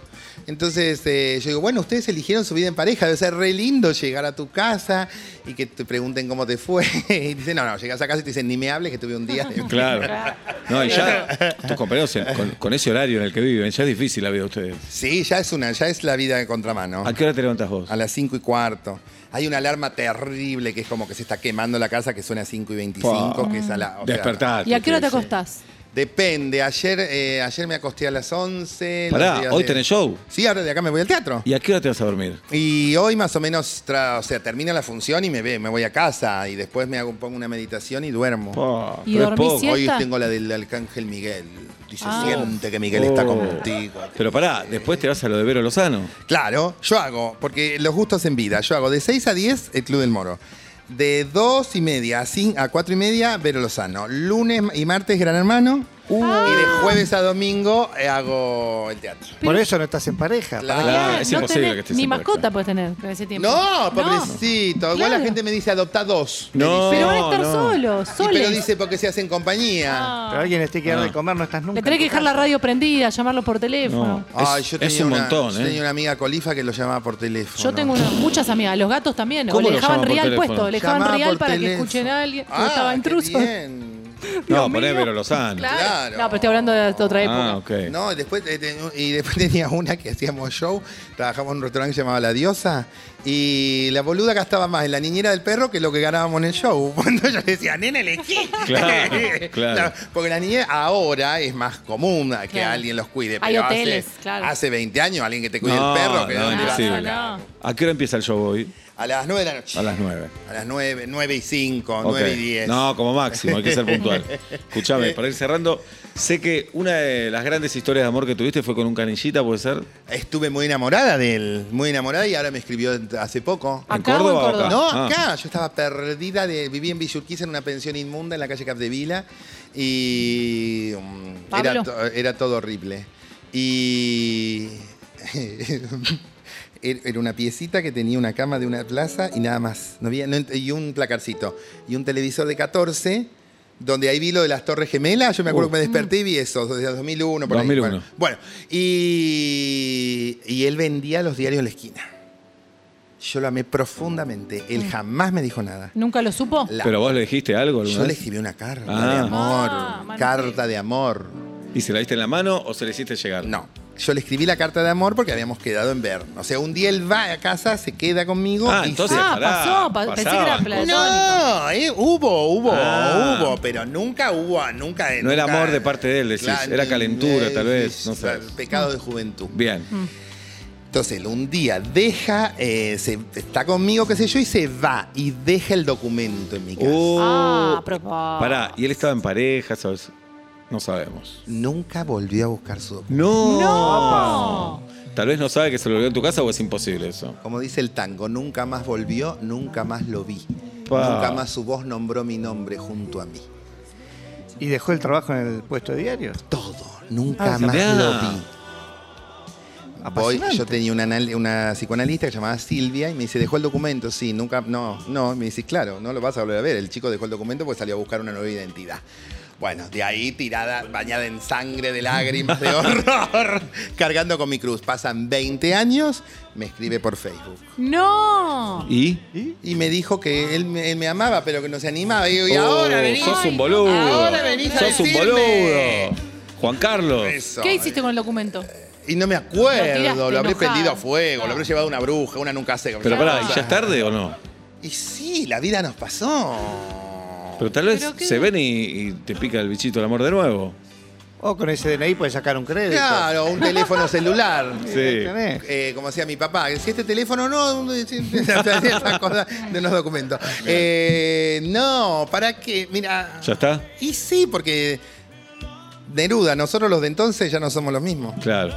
Speaker 3: Entonces, eh, yo digo, bueno, ustedes eligieron su vida en pareja, debe ser re lindo llegar a tu casa y que te pregunten cómo te fue. *laughs* Y dicen, no, no, llegas a casa y te dicen, ni me hables que tuve un día.
Speaker 2: *laughs*
Speaker 3: de-". *laughs*
Speaker 2: Claro. No, y
Speaker 4: *laughs*
Speaker 2: ya tus compañeros en- con, con ese horario en el que viven, ya es difícil la vida de ustedes.
Speaker 3: Sí, ya es una, ya es la vida de contramano.
Speaker 2: ¿A qué hora te levantas vos?
Speaker 3: A las 5 y cuarto. Hay una alarma terrible que es como que se está quemando la casa que suena a 5 y 25,
Speaker 2: Pa.
Speaker 3: que es a la. o sea,
Speaker 2: Despertate.
Speaker 4: ¿Y a qué hora te
Speaker 2: sí.
Speaker 4: acostás?
Speaker 3: Depende. Ayer, eh, ayer me acosté a las 11. los
Speaker 2: Pará,
Speaker 3: días
Speaker 2: hoy
Speaker 3: de-
Speaker 2: tenés show.
Speaker 3: Sí, ahora de acá me voy al teatro.
Speaker 2: ¿Y a qué hora te vas a dormir?
Speaker 3: Y hoy más o menos, tra- o sea, termina la función y me ve, me voy a casa y después me hago pongo una meditación y duermo.
Speaker 2: Pa,
Speaker 4: ¿Y
Speaker 2: pero es
Speaker 4: dormís
Speaker 2: poco.
Speaker 4: siempre?
Speaker 3: Hoy
Speaker 4: ¿Siesta?
Speaker 3: tengo la del Arcángel Miguel. Dice,
Speaker 4: Ah.
Speaker 3: siente que Miguel está
Speaker 2: Oh.
Speaker 3: contigo.
Speaker 2: Pero pará, después te vas a lo de Vero
Speaker 4: *laughs*
Speaker 2: Lozano.
Speaker 3: Claro, yo hago, porque los gustos en vida, yo hago de 6 a 10 el Club del Moro. De 2 y media a, 5, a 4 y media, Vero Lozano. Lunes y martes, Gran Hermano. Y
Speaker 4: Uh.
Speaker 3: de jueves a domingo eh, hago el teatro.
Speaker 5: Por eso no estás en pareja.
Speaker 4: Ah,
Speaker 3: Claro.
Speaker 2: Ah, Claro, es
Speaker 4: no
Speaker 2: imposible
Speaker 4: tenés-
Speaker 2: que estés
Speaker 4: Ni
Speaker 2: en pareja.
Speaker 4: mascota puedes tener en ese tiempo.
Speaker 3: No, pobrecito. Igual la
Speaker 4: Claro.
Speaker 3: gente me dice adopta dos. me
Speaker 2: No.
Speaker 3: dice.
Speaker 4: Pero van a estar
Speaker 2: no.
Speaker 4: solos,
Speaker 3: Y
Speaker 4: solos.
Speaker 3: pero dice porque se hacen
Speaker 4: Ah.
Speaker 3: compañía.
Speaker 5: Pero alguien les tiene que dar de comer, no estás nunca.
Speaker 4: Le tenés que
Speaker 5: en tu
Speaker 4: dejar la
Speaker 5: casa.
Speaker 4: radio prendida, llamarlo por teléfono.
Speaker 2: No. Es- es un
Speaker 3: una,
Speaker 2: montón,
Speaker 3: yo
Speaker 2: ¿eh?
Speaker 3: tenía una amiga colifa que lo llamaba por teléfono.
Speaker 4: Yo tengo una- muchas amigas, los gatos también. O
Speaker 2: ¿Cómo
Speaker 4: le
Speaker 2: lo
Speaker 4: dejaban
Speaker 2: llaman por
Speaker 4: real
Speaker 2: teléfono?
Speaker 4: puesto, le dejaban
Speaker 3: Llamaba
Speaker 4: real
Speaker 3: por
Speaker 4: para que
Speaker 3: teléfono.
Speaker 4: escuchen a alguien.
Speaker 3: Ah,
Speaker 4: o estaba
Speaker 3: qué
Speaker 4: intruso.
Speaker 3: bien.
Speaker 2: No,
Speaker 4: Dios
Speaker 2: poné
Speaker 4: mío.
Speaker 2: Vero Lozano.
Speaker 4: Claro.
Speaker 3: Claro.
Speaker 4: No, pero estoy hablando de otra época.
Speaker 2: Ah, ok.
Speaker 3: No, y después, eh, ten- y después *laughs* tenía una que hacíamos show, trabajamos en un restaurante que se llamaba La Diosa, y la boluda gastaba más en la niñera del perro que lo que ganábamos en el show. *laughs* Cuando yo decía, nena, elegí.
Speaker 2: Claro,
Speaker 3: *laughs*
Speaker 2: claro.
Speaker 3: No, porque la niñera ahora es más común que
Speaker 4: Claro.
Speaker 3: alguien los cuide.
Speaker 4: Hay
Speaker 3: pero
Speaker 4: hoteles,
Speaker 3: hace,
Speaker 4: claro.
Speaker 3: hace 20 años alguien que te cuide
Speaker 2: No,
Speaker 3: el perro. Que
Speaker 2: no,
Speaker 3: ¿dónde vas
Speaker 4: Ah,
Speaker 3: a
Speaker 2: imposible.
Speaker 3: hablar?
Speaker 2: ¿A qué hora empieza el show hoy?
Speaker 3: A las 9 de la noche.
Speaker 2: A las 9.
Speaker 3: A las 9, 9 y 5,
Speaker 2: Ok.
Speaker 3: 9 y 10.
Speaker 2: No, como máximo, hay que ser
Speaker 3: *laughs*
Speaker 2: puntual. Escuchame, para ir cerrando, sé que una de las grandes historias de amor que tuviste fue con un canillita, ¿puede ser?
Speaker 3: Estuve muy enamorada de él, muy enamorada, y ahora me escribió hace poco.
Speaker 2: ¿En
Speaker 4: Acá o en
Speaker 2: Córdoba o
Speaker 4: Córdoba?
Speaker 2: acá?
Speaker 3: No,
Speaker 2: Ah.
Speaker 3: acá. Yo estaba perdida. De, vivía en Villurquiza en una pensión inmunda en la calle Capdevila. Y. mm, Era,
Speaker 4: Pablo.
Speaker 3: to- era todo horrible. Y. *laughs* er- Era una piecita que tenía una cama de una plaza y nada más. No había- no ent- y un placarcito. Y un televisor de 14, donde ahí vi lo de las Torres Gemelas. Yo me acuerdo
Speaker 2: Uh.
Speaker 3: que me desperté y vi eso, desde el 2001. Por ahí.
Speaker 2: 2001.
Speaker 3: Bueno, bueno, y, y él vendía los diarios en la esquina. Yo lo amé profundamente. Él jamás me dijo nada.
Speaker 4: ¿Nunca lo supo?
Speaker 3: La-
Speaker 2: Pero vos le dijiste algo, alguna
Speaker 3: yo le
Speaker 2: vez?
Speaker 3: escribí una carta de
Speaker 2: Ah.
Speaker 3: amor.
Speaker 4: Ah, mano,
Speaker 3: carta de amor.
Speaker 2: ¿Y se la diste en la mano o se le hiciste llegar?
Speaker 3: No. Yo le escribí la carta de amor porque habíamos quedado en ver. O sea, un día él va a casa, se queda conmigo.
Speaker 2: Ah,
Speaker 3: y
Speaker 2: entonces.
Speaker 3: se-
Speaker 4: Ah,
Speaker 2: pará,
Speaker 4: pasó, pa- pensé que era
Speaker 2: pasaban
Speaker 4: pla-
Speaker 2: cosas.
Speaker 3: No, eh, hubo, hubo,
Speaker 2: Ah.
Speaker 3: hubo, pero nunca hubo, nunca.
Speaker 2: No era
Speaker 3: nunca-
Speaker 2: amor de parte de él, decís, era
Speaker 3: ni-
Speaker 2: calentura, tal vez,
Speaker 3: es-
Speaker 2: no sé.
Speaker 3: Pecado de juventud.
Speaker 2: Bien.
Speaker 4: Mm.
Speaker 3: Entonces, él un día deja, eh, se, está conmigo, qué sé yo, y se va y deja el documento en mi casa.
Speaker 2: Uh,
Speaker 4: Ah, propósito.
Speaker 2: Pará, y él estaba en pareja, ¿sabes? No sabemos.
Speaker 3: Nunca volvió a buscar su documento.
Speaker 2: No.
Speaker 4: No.
Speaker 2: Tal vez no sabe que se lo olvidó en tu casa o es imposible eso.
Speaker 3: Como dice el tango, nunca más volvió, nunca más lo vi.
Speaker 2: Pa.
Speaker 3: Nunca más su voz nombró mi nombre junto a mí.
Speaker 5: ¿Y dejó el trabajo en el puesto de diario?
Speaker 3: Todo, nunca
Speaker 2: Ah,
Speaker 3: más
Speaker 2: mirá.
Speaker 3: lo vi. Voy,
Speaker 5: Apasionante.
Speaker 3: yo tenía una, anal- una psicoanalista que se llamaba Silvia y me dice, dejó el documento, sí, nunca, no, no, Y me dice, claro, no lo vas a volver a ver, el chico dejó el documento porque salió a buscar una nueva identidad. Bueno, de ahí tirada, bañada en sangre, de
Speaker 2: *laughs*
Speaker 3: lágrimas, de horror, cargando con mi cruz. Pasan 20 años, me escribe por Facebook.
Speaker 4: No.
Speaker 2: ¿Y?
Speaker 3: Y me dijo que él, me- él me amaba, pero que no se animaba. Y, digo, y
Speaker 2: Oh,
Speaker 3: ahora venís.
Speaker 2: sos
Speaker 4: Ay,
Speaker 2: un boludo.
Speaker 3: ahora venís a
Speaker 2: Sos un
Speaker 3: decirme.
Speaker 2: boludo. Juan Carlos.
Speaker 3: Eso.
Speaker 4: ¿Qué hiciste con el documento?
Speaker 3: Y no me
Speaker 4: Lo
Speaker 3: acuerdo,
Speaker 4: tiraste
Speaker 3: lo, habré
Speaker 4: enojado.
Speaker 3: prendido a fuego,
Speaker 4: Ah.
Speaker 3: lo habré llevado a una bruja, una nunca seca.
Speaker 2: Pero pará, ¿y ¿ya es tarde o no?
Speaker 3: Y sí, la vida nos pasó.
Speaker 2: Pero tal vez
Speaker 4: Pero qué-
Speaker 2: se ven y, y te pica el bichito del amor de nuevo.
Speaker 5: O con ese DNI puedes sacar un crédito.
Speaker 3: Claro, un teléfono celular.
Speaker 2: Sí.
Speaker 5: Tenés.
Speaker 3: Eh, como decía mi papá, si este teléfono no, *laughs* esas cosas de los documentos. Eh, no, ¿para qué? Mira.
Speaker 2: ¿Ya está?
Speaker 3: Y sí, porque Neruda, nosotros los de entonces ya no somos los mismos.
Speaker 2: Claro.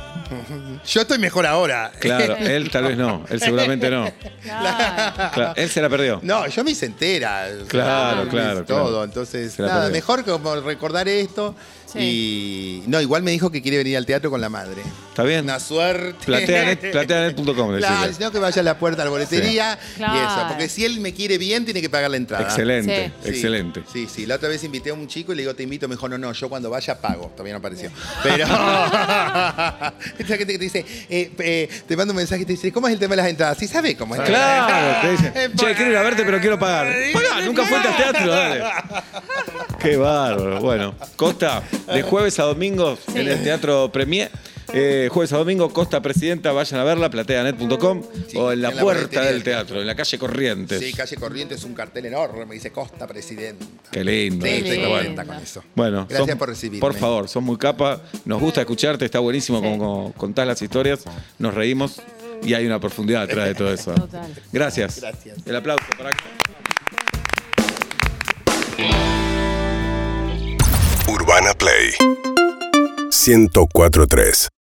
Speaker 3: Yo estoy mejor ahora. *laughs*
Speaker 2: Claro, él tal vez no, él seguramente no.
Speaker 4: Claro.
Speaker 2: Claro, él se la perdió.
Speaker 3: *laughs* No, yo me hice entera.
Speaker 2: Claro,
Speaker 3: Ah,
Speaker 2: claro, claro.
Speaker 3: es Todo, entonces,
Speaker 2: Claro,
Speaker 3: nada,
Speaker 2: claro.
Speaker 3: mejor como recordar esto. Y no, igual me dijo que quiere venir al teatro con la madre.
Speaker 2: ¿Está bien? e-,
Speaker 3: Una suerte.
Speaker 2: Plateanet- Plateanet.com.
Speaker 3: *laughs* Claro,
Speaker 2: decirle.
Speaker 3: sino que vaya a la puerta a la boletería y eso.
Speaker 4: Claro.
Speaker 3: Porque si él me quiere bien, tiene que pagar la entrada.
Speaker 2: Excelente,
Speaker 3: Sí,
Speaker 2: excelente.
Speaker 3: Sí, sí. La otra vez invité a un chico y le digo, te invito. Me dijo, no, no, yo cuando vaya pago. Todavía no apareció. Pero. *laughs* Esa gente que te dice, eh, eh, te mando un mensaje y te dice, ¿cómo es el tema de las entradas? Sí, sabe cómo es.
Speaker 2: Claro, te dicen,
Speaker 3: *laughs* Eh,
Speaker 2: che, quiero ir a verte, pero quiero pagar.
Speaker 1: Eh,
Speaker 2: Pagá, nunca fuiste al teatro, dale. Qué bárbaro. Bueno, Costa, de jueves a domingo en el Teatro Premier. Eh, jueves a domingo, Costa Presidenta, vayan a verla, plateanet.com
Speaker 3: Sí,
Speaker 2: o en la,
Speaker 3: en la
Speaker 2: puerta
Speaker 3: boletería
Speaker 2: del
Speaker 3: del
Speaker 2: teatro, en la calle Corrientes.
Speaker 3: Sí, calle Corrientes, un cartel enorme. Me dice, Costa, presidente.
Speaker 2: Qué lindo.
Speaker 3: Sí,
Speaker 2: eh.
Speaker 3: estoy
Speaker 4: lindo.
Speaker 3: contenta con eso.
Speaker 2: Bueno,
Speaker 3: gracias
Speaker 2: sos-
Speaker 3: por recibirme.
Speaker 2: Por favor, sos muy capa. Nos gusta escucharte, está buenísimo como, como contás las historias. Nos reímos y hay una profundidad atrás de todo eso.
Speaker 4: Total.
Speaker 2: Gracias.
Speaker 3: Gracias.
Speaker 2: El aplauso para
Speaker 6: Urbana Play 1043